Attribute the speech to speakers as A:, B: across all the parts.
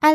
A: 艾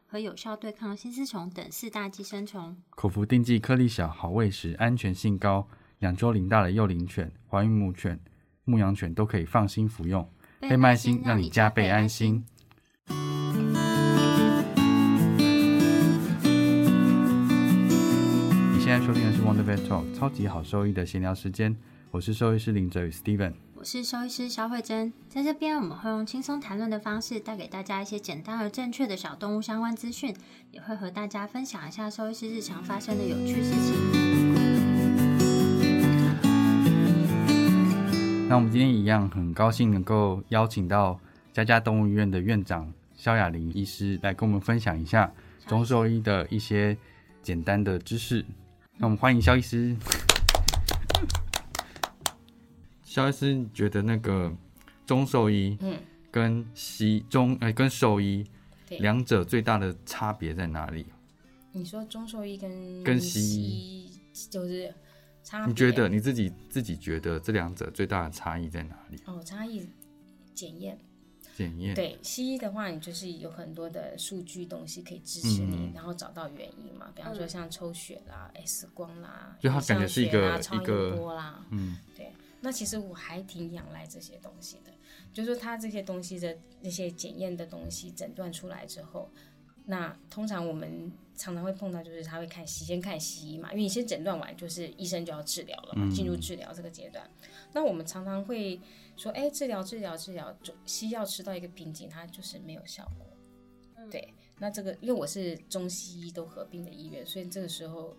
A: 可有效对抗新丝虫等四大寄生虫。
B: 口服定剂颗粒小，好喂食，安全性高。两周龄大的幼龄犬、怀孕母犬、牧羊犬都可以放心服用。贝麦星让你加倍安心。。你现在收听的是 Wonder Vet Talk 超级好兽医的闲聊时间，我是兽医师林哲宇 Steven。
A: 我是兽医师肖慧珍，在这边我们会用轻松谈论的方式，带给大家一些简单而正确的小动物相关资讯，也会和大家分享一下兽医师日常发生的有趣事情。
B: 那我们今天一样很高兴能够邀请到家家动物医院的院长肖雅玲医师来跟我们分享一下中兽医的一些简单的知识。那我们欢迎肖医师。肖医师，你觉得那个中兽医
A: 嗯，
B: 跟西中呃跟兽医
C: 对
B: 两者最大的差别在哪里？
C: 你说中兽医跟
B: 跟西
C: 西医就是差别，啊
B: 你觉得你自己自己觉得这两者最大的差异在哪里？
C: 哦，差异检验
B: 检验
C: 对西医的话，你就是有很多的数据东西可以支持你，
B: 嗯
C: 然后找到原因嘛，比方说像抽血啦、X 光啦，
B: 就它感觉是一个一
C: 影像学啦超
B: 个
C: 音波啦，
B: 嗯，
C: 对。那其实我还挺仰赖这些东西的，就是它这些东西的那些检验的东西诊断出来之后，那通常我们常常会碰到，就是他会看西，先看西医嘛，因为你先诊断完，就是医生就要治疗了嘛，进
B: 嗯
C: 入治疗这个阶段。那我们常常会说，哎，治疗治疗治疗，就西药吃到一个瓶颈，它就是没有效果。对，那这个因为我是中西医都合并的医院，所以这个时候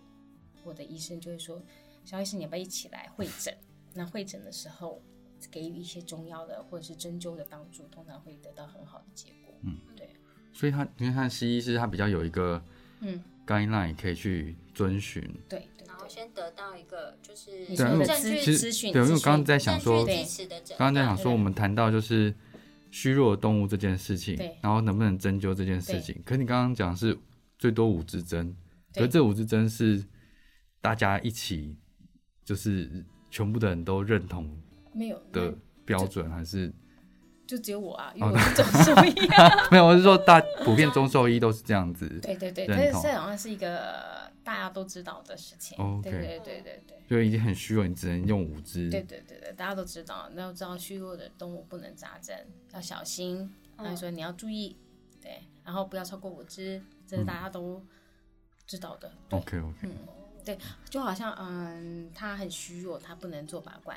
C: 我的医生就会说，肖医生，你要不要一起来会诊？那会诊的时候，给予一些中药的或者是针灸的帮助，通常会得到很好的结果。
B: 嗯所以他你看西医是他比较有一个
C: 嗯，
B: guideline 可以去遵循。
C: 对对
A: 然后
C: 对。
A: 先得到一个就是
C: 你
B: 对啊因
C: 说
B: 为
C: 证据
B: 其实
C: 资讯
B: 对，因为我
C: 资讯
B: 刚刚在想
A: 证
B: 说，刚
A: 据
C: 对
A: 支持的诊断，
B: 刚在想说，我们谈到就是虚弱的动物这件事情
C: 对，
B: 然后能不能针灸这件事情。可你刚刚讲的是最多五支针，可
C: 对
B: 是这五支针是大家一起，就是全部的人都认同
C: 没有那
B: 的哦标准，还是
C: 就只有我啊， 因为我是总兽医啊。
B: 没有？我是说大普遍中兽医都是这样子。
C: 对对对，
B: 认
C: 但是
B: 同
C: 这好像是一个大家都知道的事情。
B: OK 嗯
C: 对对对对对。
B: 就已经很虚弱，你只能用五支。
C: 对对对对，大家都知道，那知道虚弱的动物不能扎针，要小心。然后说
A: 嗯
C: 你要注意，对，然后不要超过五只，这是
B: 嗯
C: 大家都知道的。对，嗯
B: OK OK，
C: 就好像嗯，它很虚弱，它不能做拔罐。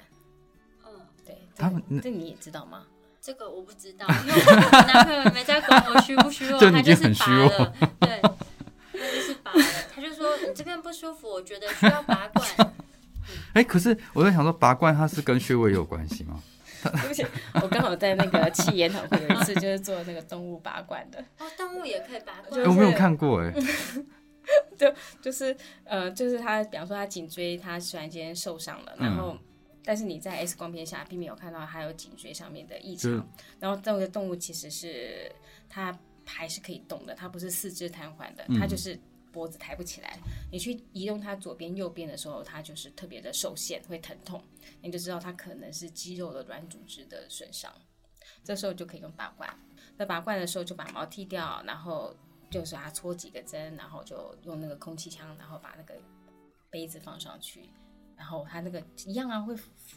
A: 嗯，
C: 对，这
B: 它们那
C: 这你也知道吗？
A: 这个我不知道，因为我男朋友也没在管我虚不 虚弱，
B: 就
A: 他
B: 你已
A: 就
B: 经
A: 是
B: 很
A: 拔
B: 虚弱
A: 了，对，他就是拔了，他就说你这边不舒服，我觉得需要拔管。
B: 哎、可是我在想说，拔罐它是跟穴位有关系吗？
C: 对不起，我刚好在那个气研讨会有一次，就是做那个动物拔罐的，
A: 哦，动物也可以拔
B: 哎、
A: 罐，
C: 就
B: 我
C: 是
B: 没有看过 哎、
C: 就是呃，就是他，比方说他颈椎，他虽然今天受伤了，然后、但是你在 X 光片下并没有看到还有颈椎上面的异
B: 就是
C: 常，然后这个动物其实是它还是可以动的，它不是四肢瘫痪的，它就是脖子抬不起来。你去移动它左边、右边的时候，它就是特别的受限，会疼痛，你就知道它可能是肌肉的软组织的损伤。这时候就可以用拔罐。那拔罐的时候就把毛剃掉，然后就是它戳几个针，然后就用那个空气枪，然后把那个杯子放上去，然后它那个一样啊，会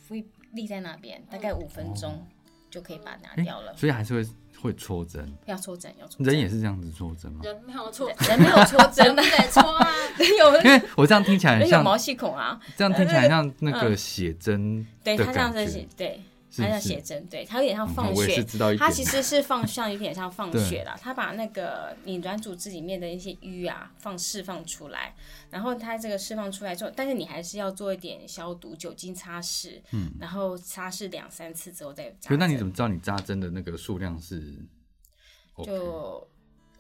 C: 会立在那边，大概五分钟就可以把它拿掉了。
B: 所以还是会会戳针，
C: 要戳针，要戳针，
B: 人也是这样子戳针吗？
A: 人没有错，
C: 人没有戳针
A: 人不
C: 的，
A: 得戳啊，
C: 人有
B: 因为我这样听起来很
C: 人有
B: 像，
C: 毛呃细孔啊，
B: 这样听起来很像那个写真
C: 对，
B: 的
C: 它像
B: 感觉，
C: 在写，对，
B: 是
C: 它
B: 不是？
C: 像哎写针，对，它有点像
B: 嗯
C: 放
B: 我也
C: 血
B: 是，知道一点
C: 它，其实是放像有点像放
B: 对
C: 血啦，它把那个你软组织里面的一些淤啊放释放出来，然后它这个释放出来之后，但是你还是要做一点消毒，酒精擦拭，嗯，然后擦拭两三次之后再
B: 可
C: 扎
B: 是那你
C: 针。
B: 怎么知道你扎针的那个数量是 OK？
C: 就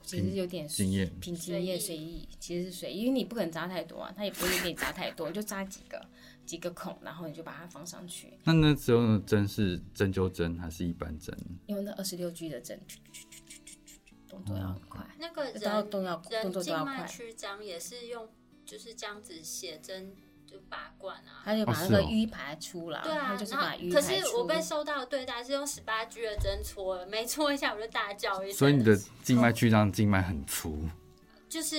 C: 其实有点
B: 经验
C: 凭经验随
A: 随
C: 意，其实是随意，因为你不可能扎太多啊，它也不会给你扎太多，就扎几个几个孔，然后你就把它放上去，
B: 那那时候的针是针灸针还是一般针？
C: 用那二十六 G 的针，动作要很快，
A: 那个
C: 都要
A: 人
C: 动要呃动
A: 人
C: 作都
A: 静
C: 要
A: 脉
C: 快，
A: 曲张也是用就是这样子写针就拔罐啊。
C: 它就把
B: 哦
C: 那
B: 是
C: 个
B: 哦
C: 淤排出来，
A: 对啊
C: 它，就是
A: 然后
C: 把淤
A: 可
C: 排
A: 是
C: 出
A: 我。被收到的对待是用十八 G 的针戳，每戳一下我就大叫一声。
B: 所以你的静脉曲张静脉很粗，
A: 就是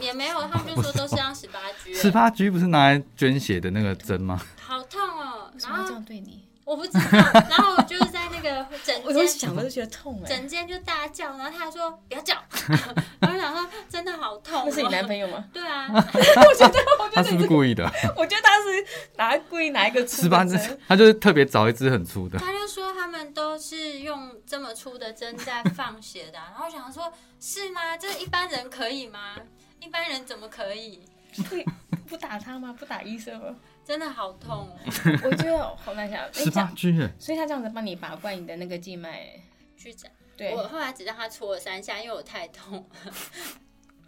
A: 也没有，他们就说都是让十八 G，
B: 十八 G 不是拿来捐血的那个针 吗？
A: 好痛哦。
C: 为什
A: 然
C: 么要这
A: 后
C: 样对你？
A: 我不知道，然后我就是在那 个整
C: 我有
A: 间
C: 想，我就觉得痛哎、
A: 整间就大叫，然后他还说不要叫， 然后我想说真的好痛、哦。
C: 那是你男朋友吗？
A: 对啊，
B: 他是不是故意的？
C: 我觉得他是拿故意拿一个粗
B: 十八
C: 的
B: 针
C: 针，
B: 他就是特别找一支很粗的。
A: 他就说他们都是用这么粗的针在放血的啊、然后我想说，是吗？这一般人可以吗？一般人怎么可以？
C: 不不打他吗？不打医生 吗？
A: 真的好痛哦，
C: 我觉得好难想。
B: 十
C: 你
B: 八
C: 讲，
B: G 哎，
C: 所以他这样子帮你拔罐你的那个静脉，
A: 去讲。
C: 对，
A: 我后来只让他戳了三下，因为我太痛。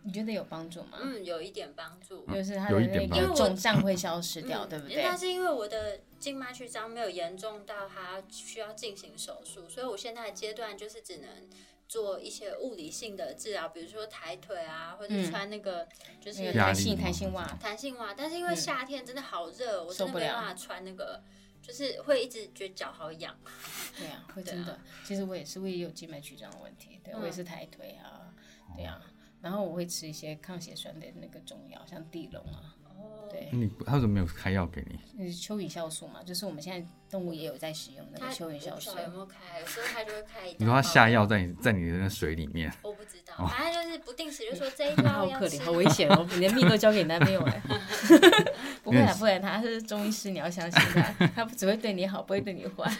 C: 你觉得有帮助吗？
A: 嗯，有一点帮助。
C: 就是他
B: 有
C: 的
B: 一点
C: 那
B: 帮
C: 个
A: 助
C: 肿胀会消失掉，
A: 嗯
C: 对不对？
A: 但是因为我的静脉曲张没有严重到它需要进行手术，所以我现在的阶段就是只能做一些物理性的治疗，比如说抬腿啊，或者
C: 嗯
A: 穿那个就
C: 那个
A: 是
B: 压
C: 弹
B: 力
C: 性
B: 吗
C: 弹性袜，
A: 弹性袜。但是因为
C: 嗯
A: 夏天真的好热，我
C: 受
A: 真
C: 不
A: 的没
C: 了
A: 办法穿那个，就是会一直觉得脚好痒。
C: 对啊，会
A: 对
C: 真
A: 啊
C: 的。其实我也是，我也有静脉曲张的问题，对、
A: 嗯
C: 我也是抬腿啊，对啊。然后我会吃一些抗血栓的那个中药，像地龙啊，
A: 哦，
C: 对，
B: 你他怎么没有开药给你？
C: 那是蚯蚓酵素嘛，就是我们现在动物也有在使用那个
A: 他
C: 蚯
A: 我
C: 蚓
A: 不
C: 酵
A: 晓
C: 素
A: 得。有没有开，有时候他就会开一。
B: 你说他哦下，药在你在你的那水里面，
A: 我不知道，反正就是不定时就说这一 包
C: 好
A: 要
C: 可
A: 吃
C: 怜，好危险 哦！你的命都交给你男朋友 哎。不会啊，不会啊，他是中医师，你要相信 他，他只会对你好，不会对你坏。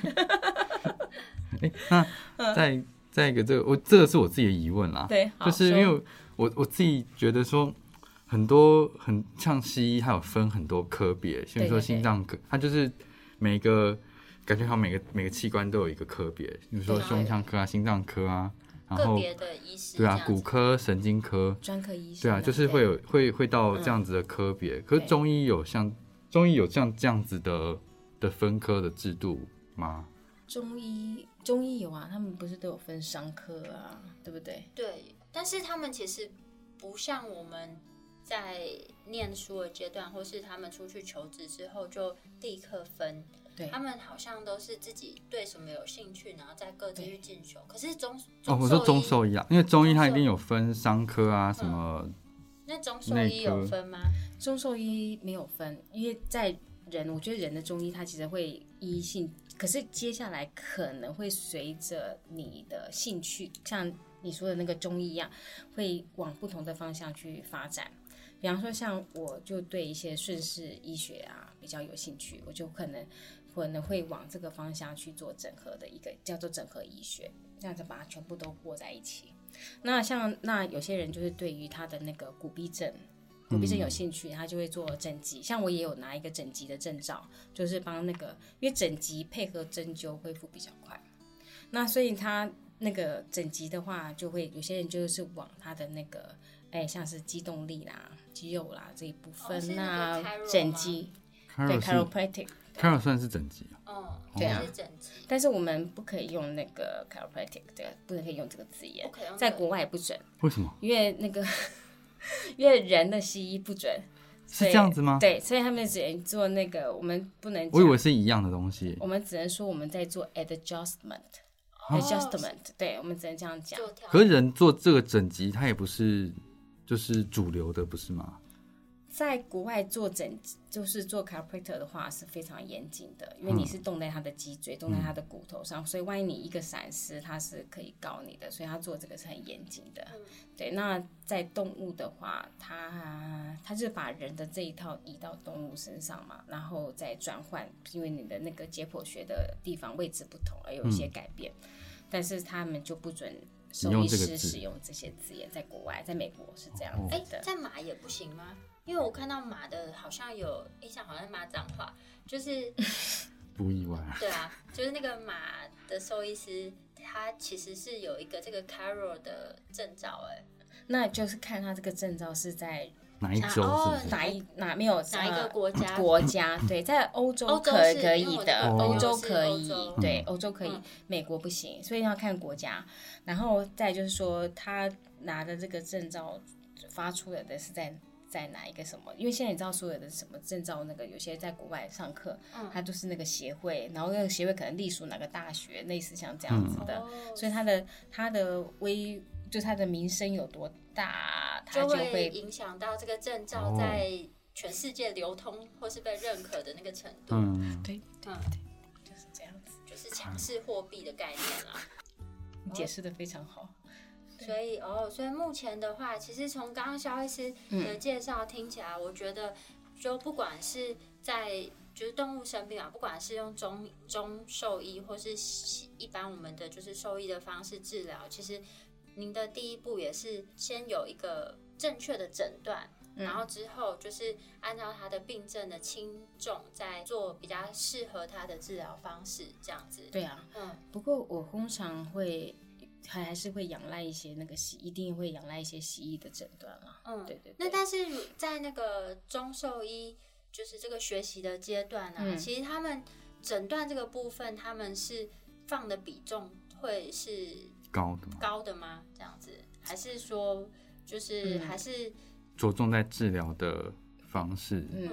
B: 再再一个这个我这个是我自己的疑问啦，
C: 嗯对，好
B: 就是因
C: 说
B: 为我我我自己觉得说，很多很像西医，它有分很多科别，比如
C: 对
B: 说
C: 对
B: 心脏科，它就是每个感觉好像每个每个器官都有一个科别，比如说
A: 对啊
B: 胸腔科啊、心脏科啊，然
A: 个
B: 后
A: 别的医师
B: 对
A: 这
B: 啊
A: 样，
B: 骨
A: 子。
B: 科、神经科，
C: 专科医生，
B: 对啊，就是会有会会到这样子的科别。可是
C: 对
B: 中医有像中医有像这样子的的分科的制度吗？
C: 中医，中医有啊，他们不是都有分伤科啊，对不对？
A: 对，但是他们其实不像我们在念书的阶段，或是他们出去求职之后就立刻分。
C: 对
A: 他们好像都是自己对什么有兴趣，然后再各自去进修。可是中
B: 哦，我说中
A: 医，
B: 兽医啊，因为中医它
A: 中兽
B: 一定有分伤科啊，什么
A: 那中兽医有分吗？
C: 中兽医没有分，因为在人，我觉得人的中医它其实会依性，可是接下来可能会随着你的兴趣，像你说的那个中医一样，会往不同的方向去发展。比方说，像我就对一些顺势医学啊比较有兴趣，我就可能可能会往这个方向去做整合的一个叫做整合医学，这样子把它全部都和在一起。那像那有些人就是对于他的那个骨壁症，骨壁症有兴趣，他就会做整脊。像我也有拿一个整脊的证照，就是帮那个，因为整脊配合针灸恢复比较快。那所以他那个整脊的话，就会有些人就是往他的那个，哎，像是肌动力啦、肌肉啦这一部
A: 哦是
C: 分
A: 那
C: 啦，
A: 个 chiro
C: 整
A: 吗
C: 脊对
B: Caro 是
C: chiropractic。
B: Caro 算是整脊啊，
A: 哦，
C: 对啊
A: 就是整治，
C: 但是我们不可以用那个 chiropractic，对，不能可以用这个字
A: 不
C: 眼，
A: 可能
C: 在国外也不准，
B: 为什么
C: 因为那个 因为人的西医不准，
B: 是这样子吗？
C: 对，所以他们只能做那个，我们不能
B: 我以
C: 讲
B: 为是一样的东西
C: 我，们只能说我们在做 adjustment、
B: 啊
A: 哦
C: adjustment，对，我们只能这样讲。
A: 做调
B: 可是人做这个整脊，它也不是就是主流的，不是吗？
C: 在国外做整就是做 chiropractor 的话是非常严谨的，因为你是动在他的脊椎，动在他的骨头上，所以万一你一个闪失，他是可以告你的，所以他做这个是很严谨的。对，那在动物的话，他他就是把人的这一套移到动物身上嘛，然后再转换，因为你的那个解剖学的地方位置不同而有一些改变，但是他们就不准
B: 你
C: 兽
B: 用
C: 医
B: 这个
C: 师
B: 字
C: 使用这些字眼，在国外，在美国是这样子
A: 哎
C: 的。，
A: 在马也不行吗？因为我看到马的好像有印象，好像骂脏话，就是
B: 不意外啊。
A: 对啊，就是那个马的兽医师，他其实是有一个这个 Caro 的证照，哎，
C: 那就是看他这个证照是在
B: 哪一周是
A: 哦
B: 不是？
C: 哪一哪没有
A: 哪一个
C: 呃
A: 国家？
C: 国家，对，在欧洲
A: 欧洲
C: 可
A: 是
C: 可
A: 因为
C: 以
A: 我
C: 的
A: 的，
B: 朋
C: 欧
B: 友
C: 洲
A: 是
C: 可
A: 欧
C: 以
A: 洲，
C: 对，欧洲可以
A: 嗯，
C: 美国不行，所以要看国家。然后再就是说，他拿的这个证照发出来的是在。在哪一个什么？因为现在你知道所有的什么证照，那个有些在国外上课，
A: 嗯
C: 他就是那个协会，然后那个协会可能隶属哪个大学，类似像这样子的，
A: 哦
C: 所以他的他的威，就他的名声有多大，他
A: 就
C: 就
A: 会
C: 会
A: 影响到这个证照
B: 哦
A: 在全世界流通或是被认可的那个程度。
B: 嗯，
C: 对
A: 嗯，
C: 就是这样子。
A: 就是强势货币的概念啦。
C: 你解释的非常好。
A: 所以哦，所以目前的话，其实从刚刚肖医师的介绍听起来，我觉得就不管是在就是动物生病啊，不管是用中中兽医或是西一般我们的就是兽医的方式治疗，其实您的第一步也是先有一个正确的诊断。
C: 嗯
A: 然后之后就是按照他的病症的轻重，再做比较适合他的治疗方式，这样子。
C: 对啊，
A: 嗯，
C: 不过我通常会还还是会仰赖一些那个西，一定会仰赖一些西医的诊断啦。
A: 嗯
C: 对对对。
A: 那但是如在那个中兽医就是这个学习的阶段啊，
C: 嗯
A: 其实他们诊断这个部分，他们是放的比重会是
B: 高的嘛，
A: 高的吗？这样子，还是说
C: 嗯
A: 就是还是
B: 着重在治疗的方式。
C: 嗯，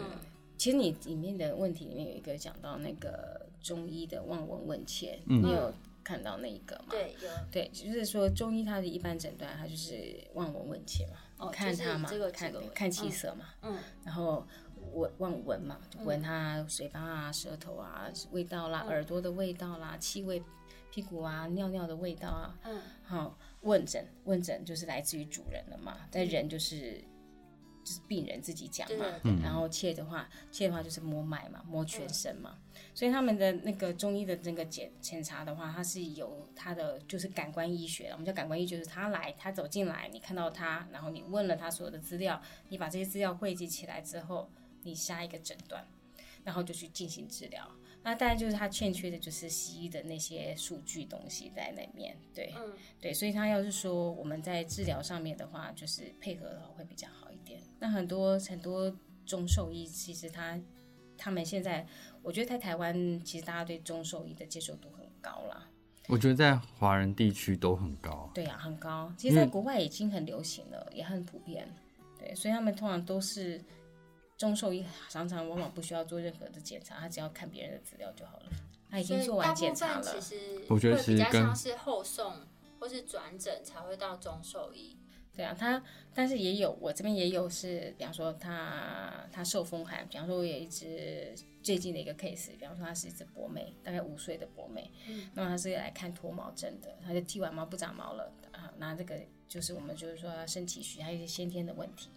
C: 其实你里面的问题里面有一个讲到那个中医的望闻问切，
B: 嗯
C: 你有看到那一个吗？。
A: 对有
C: 对，就是说中医它的一般诊断，它就是望闻问切嘛，
A: 哦
C: 看
A: 就是
C: 它嘛，
A: 这个
C: 看
A: 这个
C: 看气
A: 嗯
C: 色嘛，
A: 嗯
C: 然后闻望闻嘛，就闻它嘴巴啊、舌头啊、味道
A: 嗯
C: 啦、耳朵的味道啦、气味、屁股啊、尿尿的味道啊，
A: 嗯
C: 好，问诊，问诊就是来自于主人了嘛，但人就是、就是病人自己讲嘛
A: 对，
B: 嗯
C: 然后切的话，切的话就是摸脉嘛，摸全身嘛，所以他们的那个中医的那个检检查的话，它是由他的就是感官医学，我们叫感官医学，就是他来，他走进来，你看到他，然后你问了他所有的资料，你把这些资料汇集起来之后，你下一个诊断，然后就去进行治疗。那当然就是他欠缺的就是西医的那些数据东西在那面对，
A: 嗯
C: 对，所以他要是说我们在治疗上面的话，就是配合的话会比较好一点。那很多很多中兽医，其实他他们现在，我觉得在台湾，其实大家对中兽医的接受度很高啦。
B: 我觉得在华人地区都很高，
C: 对啊，很高。其实，在国外已经很流行了，也很普遍。对，所以他们通常都是中兽医，常常往往不需要做任何的检查，他只要看别人的资料就好了。他已
A: 所
C: 经
A: 以
C: 做
A: 大
C: 完
A: 部
C: 检查
A: 分
C: 了
A: 其。实
B: 我觉得
A: 会
B: 其
A: 比
B: 实
A: 较
B: 跟
A: 像是后送或是转诊才会到中兽医。
C: 对啊，他但是也有，我这边也有是，比方说他他受风寒，比方说我有一只最近的一个 case，比方说它是一只博美，大概五岁的博美，
A: 嗯
C: 那么它是来看脱毛症的，它就剃完毛不长毛了啊，那这个就是我们就是说它身体虚，还有一些先天的问题，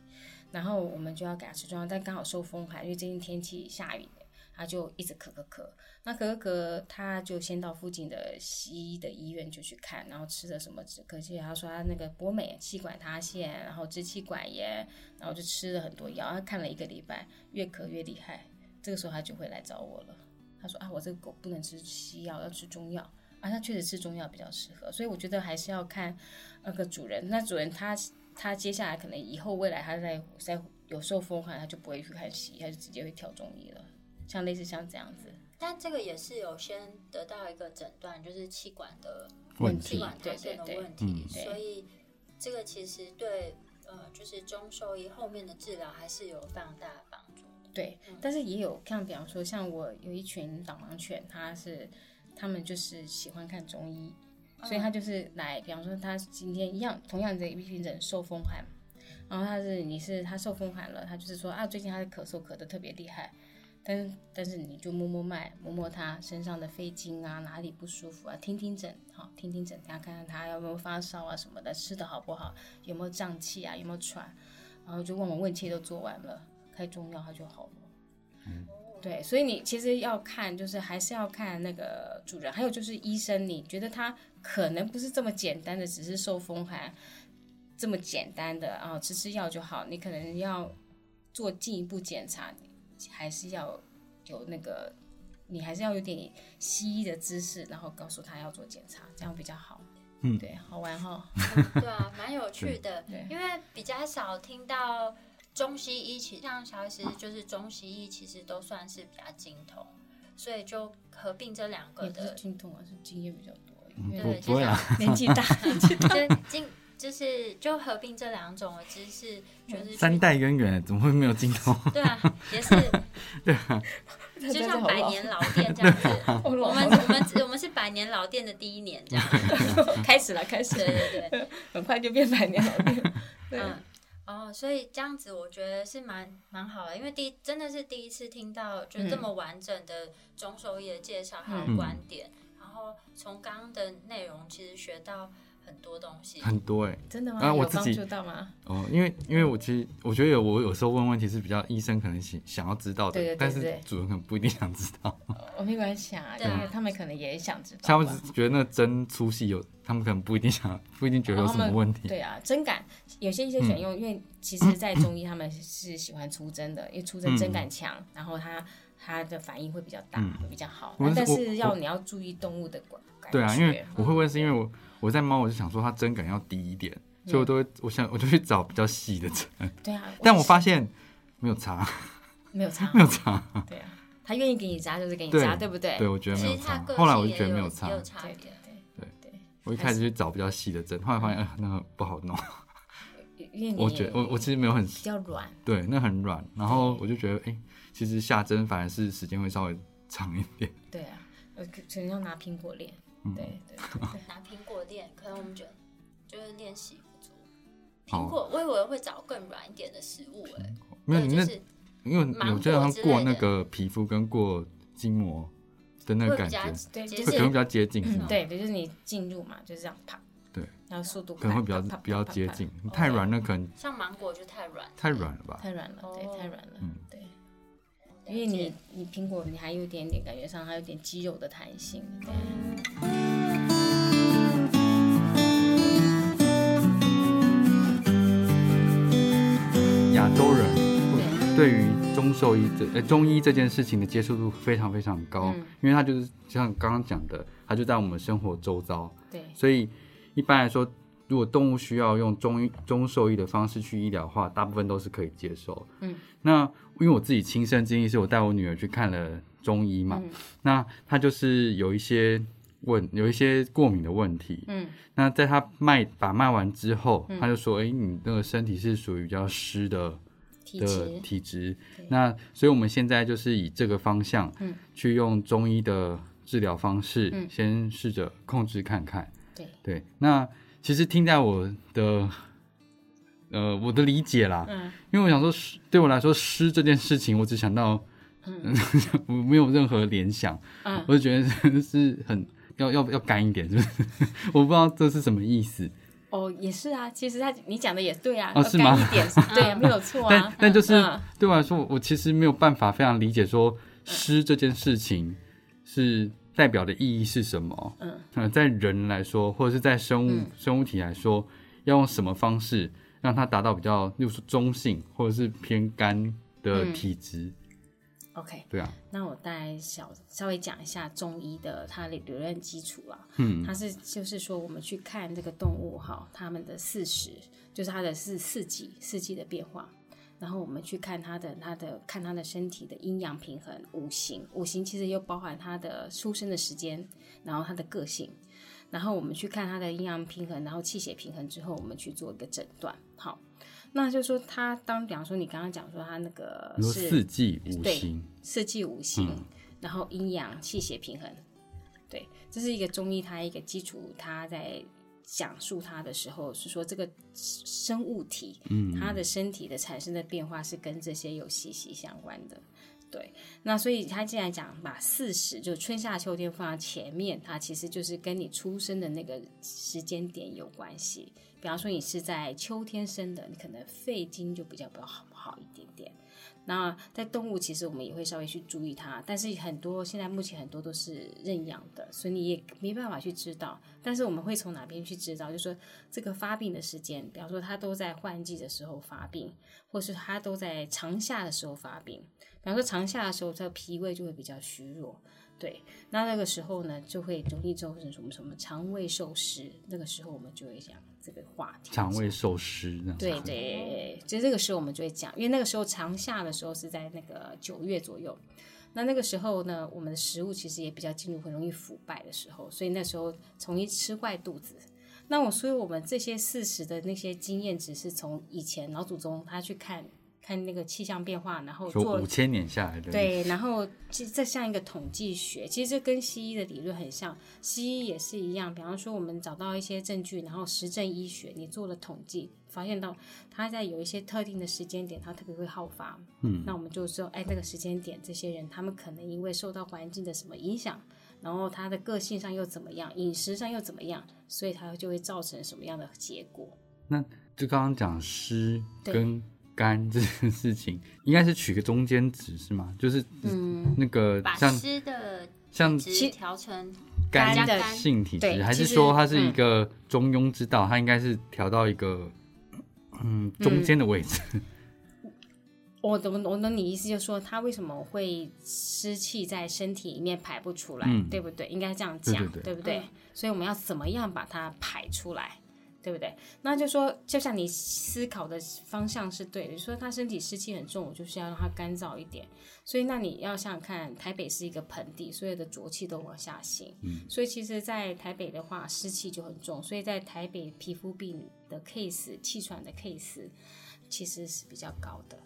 C: 然后我们就要给它吃中药，但刚好受风寒，因为最近天气下雨。它就一直咳咳咳，那咳咳咳，他就先到附近的西医的医院就去看，然后吃了什么止咳泻，他说他那个博美气管塌陷，然后支气管炎，然后就吃了很多药，他看了一个礼拜，越咳越厉害，这个时候他就会来找我了。他说啊，我这个狗不能吃西药，要吃中药。啊，他确实吃中药比较适合，所以我觉得还是要看那个主人。那主人他他接下来可能以后未来他在在有受风寒，他就不会去看西医，他就直接会跳中医了。像类似像这样子，
A: 但这个也是有先得到一个诊断，就是气管的
B: 问
A: 气
B: 题
A: 管塌陷的问题，
B: 嗯
C: 对
A: 所以这个其实对呃，就是中兽医后面的治疗还是有非常大的帮助的。
C: 对，但是也有像比方说，像我有一群导盲犬，它是他们就是喜欢看中医，
A: 嗯
C: 所以他就是来，比方说他今天一样，同样的一群人受风寒，然后他是你是他受风寒了，他就是说啊，最近他的咳嗽咳得特别厉害，但是但是你就摸摸脉，摸摸他身上的肺经啊，哪里不舒服啊，听听诊，好，听听诊，他看看他有没有发烧啊什么的，吃的好不好，有没有胀气啊，有没有喘，然后就问我问题都做完了，开中药他就好了。对，所以你其实要看，就是还是要看那个主人，还有就是医生，你觉得他可能不是这么简单的，只是受风寒这么简单的啊、吃吃药就好，你可能要做进一步检查，你还是要有那个，你还是要有点西医的知识，然后告诉他要做检查，这样比较好。嗯，对，好玩哈。
A: 对 啊，蛮有趣的
C: 对，
A: 因为比较少听到中西医，其实像小医师就是中西医，其实都算是比较精通，所以就合并这两个
C: 也不是
A: 的，
C: 精通啊，是经验比较多，
B: 嗯
C: 因
B: 不
C: 为
A: 对，
B: 不
A: 就
B: 会
A: 是
B: 啦，
C: 年纪大，
A: 就是精就是就合并这两种的知识，就是去
B: 三代渊源，怎么会没有镜头？
A: 对啊，也是就像百 年老店这样子。
C: 好老，
A: 我们我们我们是百年老店的第一年这样，
C: 开始了，开始
A: 对
C: 了，
A: 对对。
C: 很快就变百年老店。 对，
A: 嗯，哦，所以这样子我觉得是蛮蛮好啊的，因为第一真的是第一次听到就这么完整的中兽医的介绍还有
B: 嗯
A: 观点，然后从刚刚的内容其实学到很多东西。
B: 很多哎、
C: 真的吗？
B: 啊我
C: 有
B: 自
C: 帮
B: 己
C: 助到吗？
B: 哦，因为因为我其实我觉得有我有时候问问题是比较医生可能想想要知道的，
C: 对对对
B: 但是
C: 对
B: 主人可能不一定想知道。
C: 我没关系啊，
A: 对
C: 因
A: 啊
C: 为他们可能也想知
B: 像
C: 道
B: 我
C: 吧。
B: 只是觉得那针粗细有，他们可能不一定想，不一定
A: 哦
B: 觉得有什么问题。
C: 对啊，针感有些医生喜欢用，因为其实，在中医他们是喜欢出针
B: 嗯
C: 的，因为出针针感强，然后它它的反应会比较大，会比较好。
B: 嗯我
C: 那
B: 是
C: 但
B: 我
C: 是要
B: 我
C: 你要注意动物的感感觉。
B: 对啊，因为我会问是因为
A: 嗯
B: 我我在猫，我就想说它针感要低一点，所以我都会我想我就去找比较细的针，
C: 对啊，
B: 但我发现没有差，
C: 没有差，
B: 没有差。
C: 对啊，他愿意给你扎就是给你
B: 对
C: 扎，对不对？
B: 对，我觉得没
A: 其
B: 有
A: 实它
B: 差
A: 个。性
B: 后来我就
A: 也
B: 觉得没
A: 有
B: 差
A: 也，有差
C: 对
A: 别
C: 对。
B: 我一开始去找比较细的针，后来发现呃那个不好
A: 嗯
B: 弄，
C: 对，因为你
B: 我觉得我我其实没有很
C: 比较软，
B: 对，那很软，然后我就觉得哎、其实下针反而是时间会稍微长一点。
C: 对啊，呃，可可能要拿苹果练，
B: 嗯
C: 对对
A: 拿苹果练，可能我们觉得就是练习不足。
B: 好
A: 苹果，我以为会找更软一点的食物哎、
B: 没有
A: 对
B: 你
A: 就
B: 那
A: 是
B: 因为我觉得好像过那个皮肤跟过筋膜的那个
A: 会
B: 感
A: 比
B: 觉，
A: 较
C: 对，
A: 就
B: 会
C: 就
B: 可能
C: 是
B: 比较接近，是
C: 嗯
B: 吗？，
C: 对，就是你进入嘛，就是这样啪，
B: 对，
C: 然后速度
B: 可能会比
C: 啪
B: 较
C: 啪啪
B: 比较
C: 啪
B: 接
C: 啪
B: 近。
C: 哦
B: 太软了，可能
A: 像芒果就太软，
B: 太软了吧？
C: 太软了，对，
A: 哦
C: 太软了
B: 嗯，
C: 对，
A: 了
C: 因为你
A: 解
C: 你苹果你还有一点点感觉上还有点肌肉的弹性，对
B: 亚洲人
C: 对
B: 对于中兽医这呃中医这件事情的接受度非常非常高，
C: 嗯
B: 因为它就是像刚刚讲的，它就在我们生活周遭，
C: 对
B: 所以一般来说，如果动物需要用中医中兽医的方式去医疗的话，大部分都是可以接受。
C: 嗯，
B: 那因为我自己亲身经历是我带我女儿去看了中医嘛，
C: 嗯
B: 那她就是有一些问有一些过敏的问题，
C: 嗯
B: 那在她卖把脉完之后，她就说：“哎、你那个身体是属于比较湿的。”
C: 体
B: 的
C: 质
B: 体质
C: 对。
B: 那所以我们现在就是以这个方向，
C: 嗯
B: 去用中医的治疗方式，
C: 嗯
B: 先试着控制看看。
C: 对
B: 对，那其实听在我的，呃，我的理解啦，
C: 嗯
B: 因为我想说湿，对我来说湿这件事情，我只想到，
C: 嗯
B: 我没有任何联想，
C: 嗯，
B: 我就觉得 是很。要要要干一点，是不 是？我不知道这是什么意思，
C: 哦也是啊，其实他你讲的也对啊，
B: 哦
C: 要
B: 是吗
C: 干一点 对，没有错
B: 但
C: 啊，
B: 但就是
C: 嗯
B: 对我来说，我其实没有办法非常理解说诗这件事情是代表的意义是什么。
C: 嗯，
B: 呃，在人来说，或者是在生物、
C: 嗯
B: 生物体来说，要用什么方式让它达到比较，例如说中性或者是偏干
C: 嗯
B: 的体质？
C: OK。
B: 对啊，
C: 那我大概小稍微讲一下中医的它的理论基础啦。
B: 嗯，
C: 它是就是说我们去看这个动物哈，它们的四时，就是它的是四季四季的变化，然后我们去看它的它的看它的身体的阴阳平衡、五行，五行其实又包含它的出生的时间，然后它的个性。然后我们去看它的阴阳平衡，然后气血平衡之后，我们去做一个诊断。好，那就是说它当，比方说你刚刚讲说它那个
B: 比如说
C: 呃是
B: 四季五
C: 对
B: 行，
C: 四季五行，然后阴阳气血平衡。对，这是一个中医它一个基础，它在讲述它的时候是说这个生物体，嗯，它的身体的产生的变化是跟这些有息息相关的。对，那所以他既然讲把四时就春夏秋天放在前面，它其实就是跟你出生的那个时间点有关系。比方说你是在秋天生的，你可能肺经就比较比较好好一点点。那在动物，其实我们也会稍微去注意它，但是很多现在目前很多都是认养的，所以你也没办法去知道。但是我们会从哪边去知道？就是说这个发病的时间，比方说它都在换季的时候发病，或是它都在长夏的时候发病。比方说长夏的时候，它的脾胃就会比较虚弱，对，那那个时候呢，就会容易造成什么什么肠胃受湿。那个时候我们就会讲这个话题。
B: 肠胃受湿这样子。啊
C: 对对，就这个时候我们就会讲，因为那个时候长夏的时候是在那个九月左右，那那个时候呢，我们的食物其实也比较进入很容易腐败的时候，所以那时候容易吃坏肚子。那我所以我们这些事实的那些经验，只是从以前老祖宗他去看看那个气象变化，然后
B: 说
C: 做
B: 五千年下来的，，
C: 对，然后其实这像一个统计学，其实这跟西医的理论很像，西医也是一样。比方说，我们找到一些证据，然后实证医学，你做了统计，发现到它在有一些特定的时间点，它特别会好发。嗯，那我们就说，哎，这个时间点，这些人他们可能因为受到环境的什么影响，然后他的个性上又怎么样，饮食上又怎么样，所以他就会造成什么样的结果。
B: 就刚刚讲湿
C: 对
B: 跟干这件事情，应该是取个中间值是吗？就是
C: 嗯
B: 那个
A: 把
B: 像
A: 湿的
B: 像
A: 值调成
B: 干
C: 干的
B: 性体质，
C: 对嗯
B: 还是
C: 其实
B: 说它是一个中庸之道？它应该是调到一个嗯中间的位置。
C: 我懂，我懂你意思，就是说他为什么会湿气在身体里面排不出来，
B: 嗯
C: 对不对？应该这样讲，
B: 对对对
C: 不对？
A: 嗯
C: 所以我们要怎么样把它排出来，对不对？那就说，就像你思考的方向是对的，你说他身体湿气很重，我就是要让它干燥一点。所以那你要想想看，台北是一个盆地，所有的浊气都往下行，
B: 嗯
C: 所以其实，在台北的话，湿气就很重，所以在台北皮肤病的 case、气喘的 case 其实是比较高的。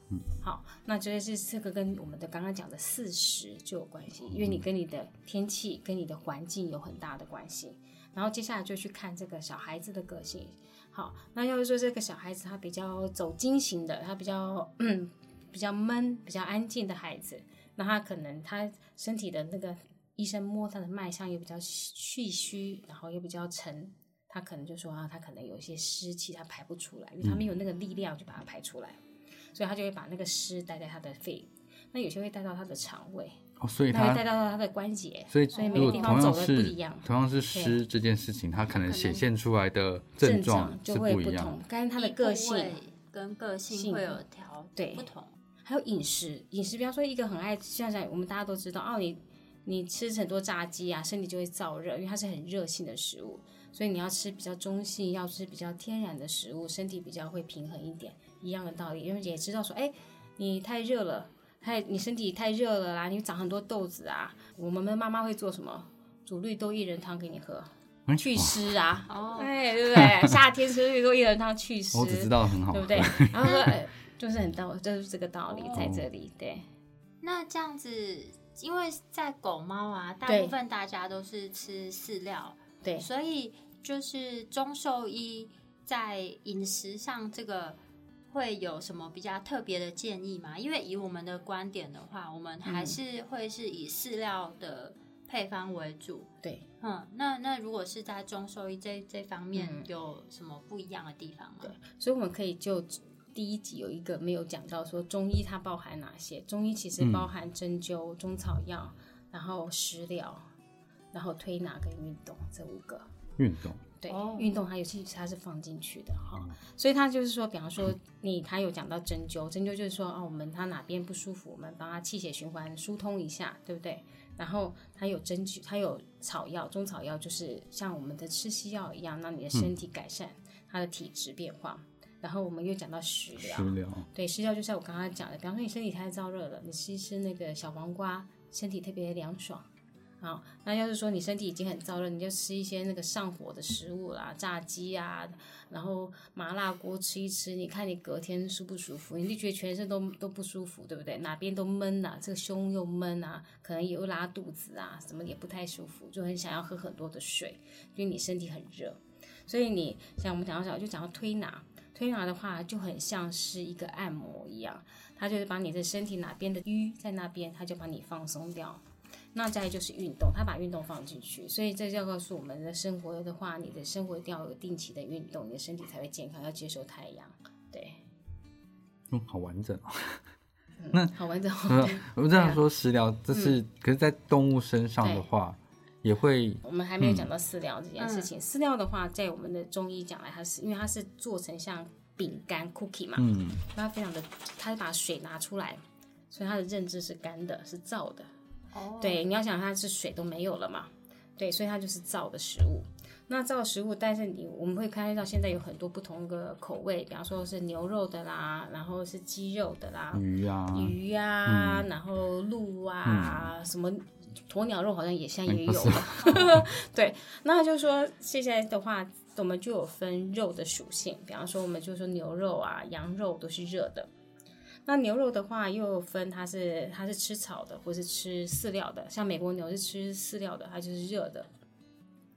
C: 好，那就是这个跟我们的刚刚讲的四时就有关系，因为你跟你的天气、跟你的环境有很大的关系。然后接下来就去看这个小孩子的个性。好，那要是说这个小孩子他比较走精型的，他比较嗯比较闷、比较安静的孩子，那他可能他身体的那个医生摸他的脉象也比较蓄虚，然后又比较沉，他可能就说啊，他可能有一些湿气，他排不出来，因为他没有那个力量去把它排出来。所以他就会把那个湿带在他的肺，那有些会带到他的肠胃，
B: 哦，所以
C: 嗯那会
B: 它
C: 带到他的关节。
B: 所以
C: 所以每
B: 如果
C: 个地方
B: 同样
C: 走的不
B: 是
C: 一样
B: 同样是湿这件事情，它可能显现出来的症状
C: 状
B: 是
C: 就会
B: 一样
C: 同
B: 的。，
C: 但是他的
A: 一
C: 个
A: 部
C: 性啊
A: 位跟个性
C: 性啊
A: 会有调
C: 对
A: 不同。
C: 还有饮食，饮食，比方说一个很爱，像像我们大家都知道，哦，你你吃很多炸鸡啊，身体就会燥热，因为它是很热性的食物，所以你要吃比较中性，要吃比较天然的食物，身体比较会平衡一点。一样的道理，因为也知道说，哎，你太热了，太你身体太热了啦，你长很多痘子啊。我们的妈妈会做什么？煮绿豆薏仁汤给你喝，
B: 哎
C: 祛湿啊。
A: 哦
C: 哎，对不对？夏天吃绿豆薏仁汤祛湿。
B: 我只知道很好
C: 对
B: 喝
C: 不，对？然后说，哎，就是很道，就是这个道理在这里，对
A: 那这样子，因为在狗猫啊，大
C: 对
A: 部分大家都是吃饲料，
C: 对
A: 所以就是中兽医在饮食上这个会有什么比较特别的建议吗？因为以我们的观点的话，我们
C: 嗯
A: 还是会是以饲料的配方为主。
C: 对。
A: 嗯，那那如果是在中兽医这这方面
C: 嗯
A: 有什么不一样的地方吗？
C: 所以我们可以就第一集有一个没有讲到说中医它包含哪些？中医其实包含针灸、中草药，然后食疗，然后推拿跟运动这五个。
B: 运动
C: 对，
A: 哦
C: 运动它有其实它是放进去的哈、所以它就是说，比方说你他有讲到针灸，针灸就是说啊，我们他哪边不舒服，我们帮他气血循环疏通一下，对不对？然后它有针灸，它有草药，中草药就是像我们的吃西药一样，让你的身体改善它的体质变化。然后我们又讲到食疗，
B: 食疗，
C: 对，失掉就像我刚刚讲的，比方说你身体太燥热了，你吃一吃那个小黄瓜，身体特别凉爽。好，那要是说你身体已经很燥热，你就吃一些那个上火的食物啦，炸鸡啊，然后麻辣锅吃一吃，你看你隔天舒不舒服？你就觉得全身都都不舒服，对不对？哪边都闷呐、这个胸又闷啊，可能又拉肚子啊，什么也不太舒服，就很想要喝很多的水，因为你身体很热。所以你像我们讲到讲，就讲到推拿，推拿的话就很像是一个按摩一样，它就是把你的身体哪边的淤在那边，它就把你放松掉。那再来就是运动，它把运动放进去，所以这就要告诉我们的生活的话，你的生活一定要有定期的运动，你的身体才会健康，要接受太阳。对，
B: 嗯，好完整哦。
C: 嗯，好完整。
B: 我这样说食疗，这是
C: 嗯
B: 可是，在动物身上的话，也会
C: 我们还没有讲到饲料这件事情。饲料的话，在我们的中医讲来，它是因为它是做成像饼干 cookie 嘛，
B: 嗯，
C: 那它非常的，它把水拿出来，所以它的认知是干的，是燥的。
A: 哦，
C: 对，你要想它是水都没有了嘛，对，所以它就是燥的食物。那燥的食物，但是你我们会看到现在有很多不同的口味，比方说是牛肉的啦，然后是鸡肉的啦，
B: 鱼啊，
C: 鱼啊，然后鹿啊，什么鸵鸟肉好像也现在也有了。 对，那就是说现在的话，我们就有分肉的属性，比方说我们就说牛肉啊、羊肉都是热的。那牛肉的话，又有分它是它是吃草的，或是吃饲料的。像美国牛是吃饲料的，它就是热的。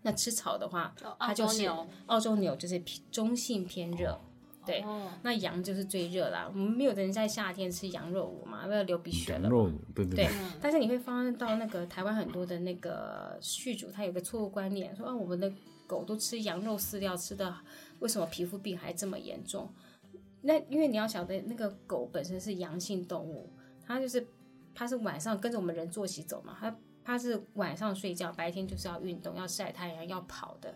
C: 那吃草的话，它
A: 哦澳
C: 就
A: 洲
C: 是
A: 牛，
C: 澳洲牛就是偏中性偏热，对。
A: 哦
C: 那羊就是最热啦，我们没有人在夏天吃羊肉我嘛，为了流鼻血
B: 羊
C: 了。
B: 肉，对对
C: 对，但是你会发现到那个台湾很多的那个续主，他有个错误观念，说啊，我们的狗都吃羊肉饲料，吃的为什么皮肤病还这么严重？那因为你要晓得，那个狗本身是阳性动物，它就是它是晚上跟着我们人作息走嘛，它它是晚上睡觉，白天就是要运动，要晒太阳，要跑的。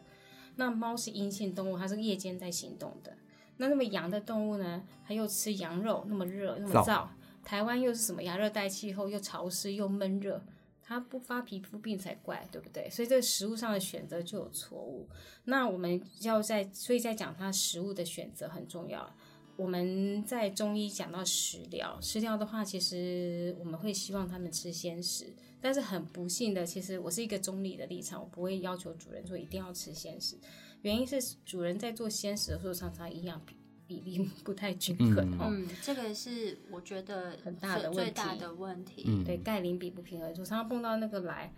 C: 那猫是阴性动物，它是夜间在行动的。那那么阳的动物呢，它又吃羊肉，那么热，那么
B: 燥
C: 燥。台湾又是什么亚热带气候，又潮湿又闷热，它不发皮肤病才怪，对不对？所以这个食物上的选择就有错误。那我们要在，所以在讲它食物的选择很重要。我们在中医讲到食疗，食疗的话，其实我们会希望他们吃鲜食，但是很不幸的，其实我是一个中立的立场，我不会要求主人说一定要吃鲜食，原因是主人在做鲜食的时候，常常营养比比例 不太均衡哦。
A: 嗯，这个是我觉得
C: 很大的
A: 最最
C: 问题
A: 大的问题。
B: 嗯
C: 对，钙磷比不平衡，就常常碰到那个来，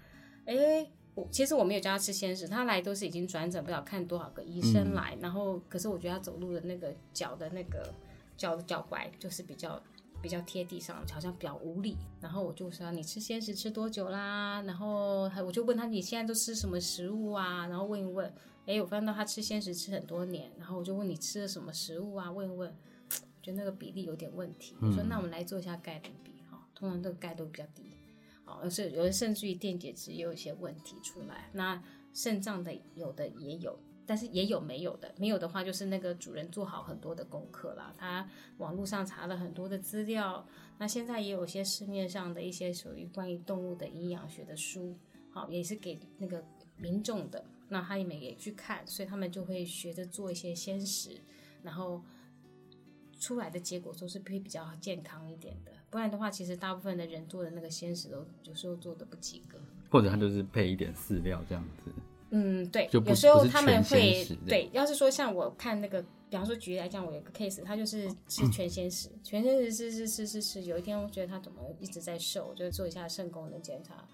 C: 哎，我其实我没有叫他吃鲜食，他来都是已经转诊不了，看多少个医生来，然后可是我觉得他走路的那个脚的那个脚的脚踝就是比较。比较贴地上，好像比较无理。然后我就说你吃鲜食吃多久啦？然后还我就问他你现在都吃什么食物啊？然后问一问。哎，我发现到他吃鲜食吃很多年，然后我就问你吃了什么食物啊？问一问，觉得那个比例有点问题。我说那我们来做一下钙磷比哈、通常这个钙都比较低，哦，而是有的甚至于电解质也有一些问题出来。那肾脏的有的也有，但是也有没有的，没有的话就是那个主人做好很多的功课啦，他网络上查了很多的资料，那现在也有一些市面上的一些属于关于动物的营养学的书，好，也是给那个民众的，那他们也去看，所以他们就会学着做一些鲜食，然后出来的结果都是会比较健康一点的。不然的话，其实大部分的人做的那个鲜食都有时候做的不及格。
B: 或者它就是配一点饲料这样子，
C: 嗯，对，
B: 就不
C: 有时候
B: 不是
C: 他们
B: 全鲜
C: 会
B: 食的
C: 对，要是说像我看那个，比方说举例来讲，我有一个 case，他就是
B: 嗯
C: 吃全鲜食，全鲜食吃吃吃吃吃，有一天我觉得他怎么一直在瘦，我就做一下肾功能检查，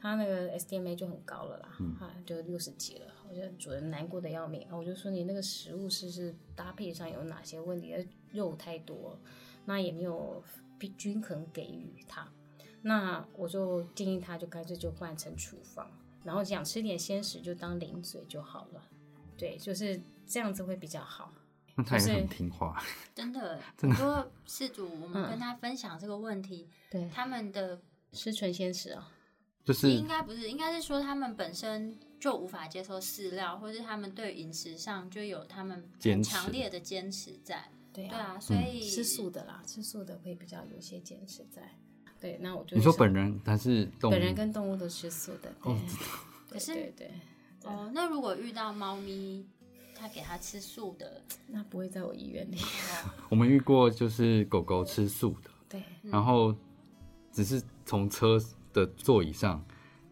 C: 他那个 SDMA 就很高了啦，
B: 嗯
C: 啊，就六十几了，我觉得主人难过的要命啊，我就说你那个食物是是搭配上有哪些问题，呃肉太多，那也没有均衡给予他，那我就建议他就干脆就换成处方，然后想吃点鲜食就当零嘴就好了。对，就是这样子会比较好。
B: 那它也
C: 就是
B: 很听话，
A: 真的，很多事主，我们
C: 嗯
A: 跟他分享这个问题，
C: 对，
A: 他们的
C: 吃纯鲜食啊、
B: 就是
A: 应该不是，应该是说他们本身就无法接受饲料，或是他们对饮食上就有他们
B: 坚
A: 很
B: 持嗯
A: 强烈的坚持在。
C: 对
A: 对啊，所以、
C: 吃素的啦，吃素的会比较有一些坚持在。对，那我就
B: 你说
C: 是
B: 本人哦还是动物，
C: 本人跟动物都吃素的，对，
A: 可是
C: 对对对，
A: 哦，那如果遇到猫咪，他给它吃素的，
C: 那不会在我医院里。
A: 哦
B: 我们遇过就是狗狗吃素的，
C: 对，
B: 然后只是从车的座椅上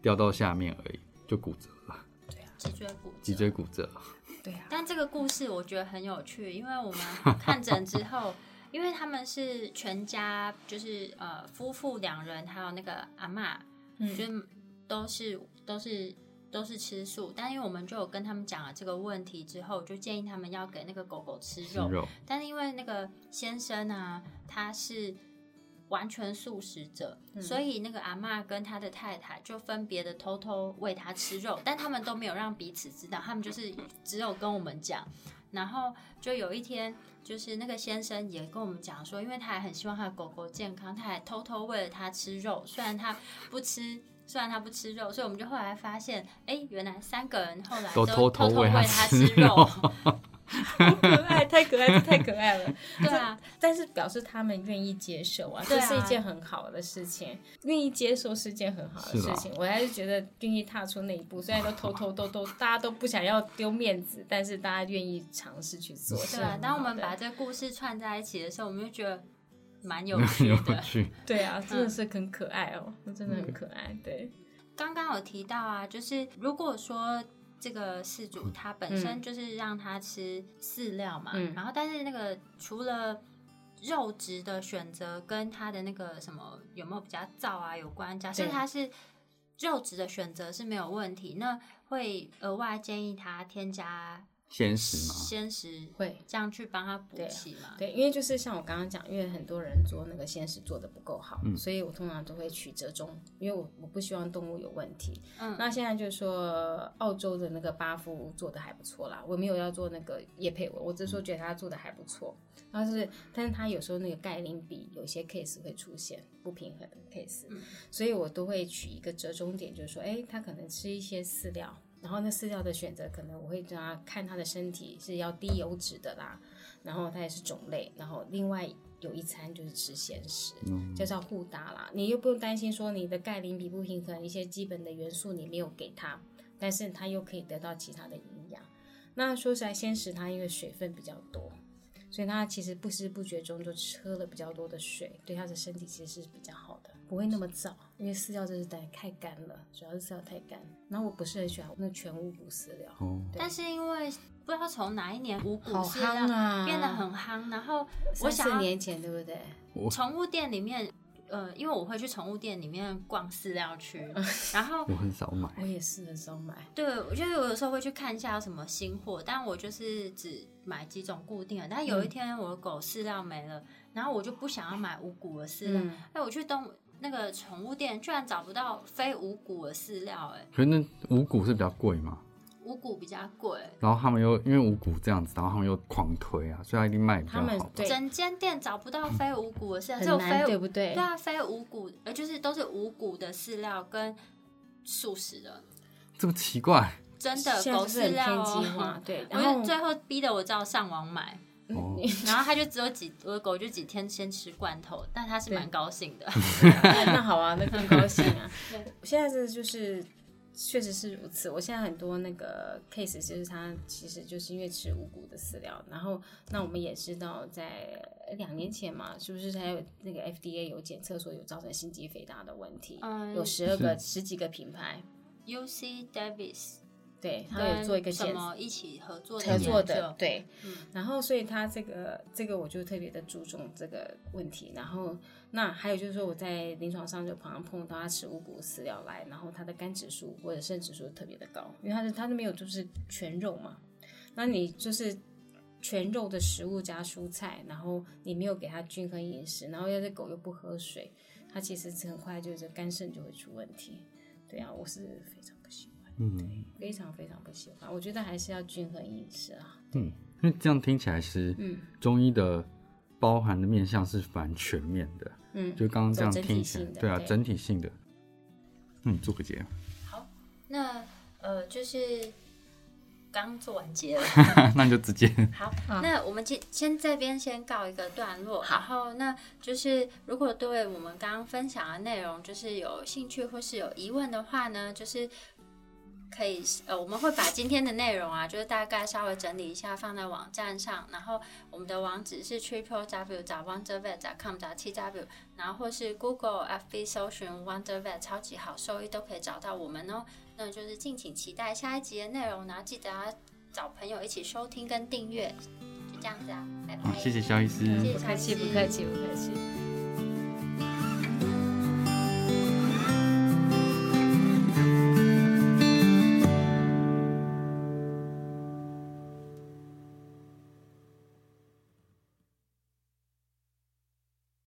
B: 掉到下面而已，就骨折了，
A: 脊椎骨折
B: 脊椎骨折。
C: 对 啊，
A: 但这个故事我觉得很有趣，因为我们看诊之后，因为他们是全家，就是呃夫妇两人，还有那个阿嬷，
C: 嗯
A: 就是都是都是都是吃素。但因为我们就有跟他们讲了这个问题之后，就建议他们要给那个狗狗吃
B: 吃
A: 肉。
B: 肉，
A: 但是因为那个先生啊，他是完全素食者，所以那个阿嬷跟他的太太就分别的偷偷喂他吃肉，但他们都没有让彼此知道，他们就是只有跟我们讲。然后就有一天，就是那个先生也跟我们讲说，因为他还很希望他的狗狗健康，他还偷偷喂了它吃肉，虽然他不吃。虽然他不吃肉，所以我们就后来发现，哎，原来三个人后来
B: 都
A: 偷
B: 偷偷
A: 喂
B: 喂它
A: 它
B: 吃
A: 肉，
C: 好可爱，太可爱，这太可爱了。
A: 对啊，
C: 但是表示他们愿意接受啊，
A: 对
C: 这
A: 啊
C: 是一件很好的事情。愿意接受是件很好的
B: 是
C: 事
B: 啦
C: 情，我还是觉得愿意踏出那一步。虽然都偷偷都都，大家都不想要丢面子，但是大家愿意尝试去做。是
A: 对啊
C: 很，
A: 当我
C: 好
A: 们
C: 的
A: 把这故事串在一起的时候，我们就觉得蛮有
B: 很
A: 趣
B: 有
A: 的。
B: 趣，
C: 对啊，真
A: 嗯
C: 的是很可爱哦，真的很可爱。对，
A: 刚刚有提到啊，就是如果说这个饲主他本身就是让他吃饲料嘛，
C: 嗯
A: 然后但是那个除了肉质的选择跟他的那个什么有没有比较燥啊有关，假设
C: 对
A: 他是肉质的选择是没有问题，那会额外建议他添加
B: 现实嘛，
A: 鲜食，
C: 会。
A: 这样去帮他补
C: 对啊
A: 气嘛。
C: 对，因为就是像我刚刚讲，因为很多人做那个鲜食做的不够好，
B: 嗯
C: 所以我通常都会取折中，因为我我不希望动物有问题。
A: 嗯
C: 那现在就是说澳洲的那个巴夫做的还不错啦，我没有要做那个叶佩文，我只是说觉得他做的还不错。然后就是，但是他有时候那个钙磷比有些 case 会出现不平衡的 case，、所以我都会取一个折中点，就是说，哎，他可能吃一些饲料。然后那饲料的选择，可能我会让他看他的身体是要低油脂的啦，然后它也是种类，然后另外有一餐就是吃鲜食，就是要互搭啦。你又不用担心说你的钙磷比不平衡，一些基本的元素你没有给它，但是它又可以得到其他的营养。那说起来，鲜食它因为水分比较多，所以它其实不知不觉中就喝了比较多的水，对它的身体其实是比较好的，不会那么燥。因为饲料真是太太干了，主要是饲料太干。然后我不是很喜欢那全五谷饲料，
B: 哦，
C: 对
A: 但是因为不知道从哪一年五谷
C: 好
A: 饲料
C: 夯啊
A: 变得很夯，然后我
C: 三
A: 想要
C: 四年前对不对？
A: 宠物店里面，呃，因为我会去宠物店里面逛饲料区，
C: 嗯
A: 然后
B: 我很少买，
C: 我也是很少买。
A: 对我就是我有时候会去看一下有什么新货，但我就是只买几种固定的。但有一
C: 嗯
A: 天我的狗饲料没了，然后我就不想要买无骨的饲料，
C: 嗯
A: 哎、我去东那个宠物店居然找不到非无骨的饲料、哎，
B: 可是那五谷是比较贵嘛，
A: 无骨比较贵。
B: 然后他们又因为五谷这样子，然后他们又狂推啊，所以他一定卖得比较
C: 他们
B: 好吧。
C: 对
A: 整间店找不到非无骨的饲料，
C: 很
A: 只有
C: 难，
A: 非
C: 对
A: 无
C: 不对？
A: 对啊，非无骨呃就是都是无骨的饲料跟素食的，
B: 这么奇怪
A: 真的
C: 现在
A: 狗
C: 就是很
A: 饲料
C: 偏
A: 哦
C: 激化， 对。
A: 我
C: 然
A: 就
C: 后
A: 最后逼得我只好上网买，
C: 嗯
B: 哦，
A: 然后它就只有几，我的狗就几天先吃罐头，但它是蛮高兴的。
C: 那好啊，那更高兴 啊。现在这就是确实是如此。我现在很多那个 case，就是它其实就是因为吃无谷的饲料，然后那我们也知道在呃两年前嘛，是不是还有那个 FDA 有检测说有造成心肌肥大的问题？
A: 嗯
C: 有十二个、十几个品牌，
A: U C Davis
C: 对，它有
A: 跟
C: 做一个
A: 什
C: 检
A: 么一起合作
C: 合作
A: 研究，
C: 的
A: 嗯
C: 对。然后，所以他这个这个我就特别的注重这个问题。然后，那还有就是说我在临床上就常常碰到他吃五谷饲料来，然后他的肝指数或者肾指数特别的高，因为他是他是没有就是全肉嘛，那你就是。全肉的食物加蔬菜，然后你没有给它均衡饮食，然后要是狗又不喝水，它其实很快就是肝肾就会出问题。对啊，我是非常不喜欢。
B: 嗯
C: 非常非常不喜欢。我觉得还是要均衡饮食啊。
B: 嗯，因为这样听起来是，
C: 嗯
B: 中医的包含的面向是蛮全面的，
C: 嗯，
B: 就刚刚这样
C: 走整体
B: 听起来
C: 性，的
B: 对啊，
C: 对
B: 整体性的。嗯，做个结，
A: 那呃，就是刚做完结了。
B: 那你就直接
A: 好，
C: 嗯啊
A: 那我们先先这边先告一个段落，然后那就是如果对我们刚刚分享的内容就是有兴趣或是有疑问的话呢，就是。可以，呃，我们会把今天的内容啊，就是大概稍微整理一下，放在网站上。然后我们的网址是 triple w 找 wonder vet 找 com 找 t w，然后或是 Google FB 搜寻 wonder vet 超级好兽医都可以找到我们哦。那就是敬请期待下一集的内容，然后记得要找朋友一起收听跟订阅，就这样子啊，拜拜
B: 好，。谢谢肖医师，
A: 谢谢
C: 不客气，不客气，不客气。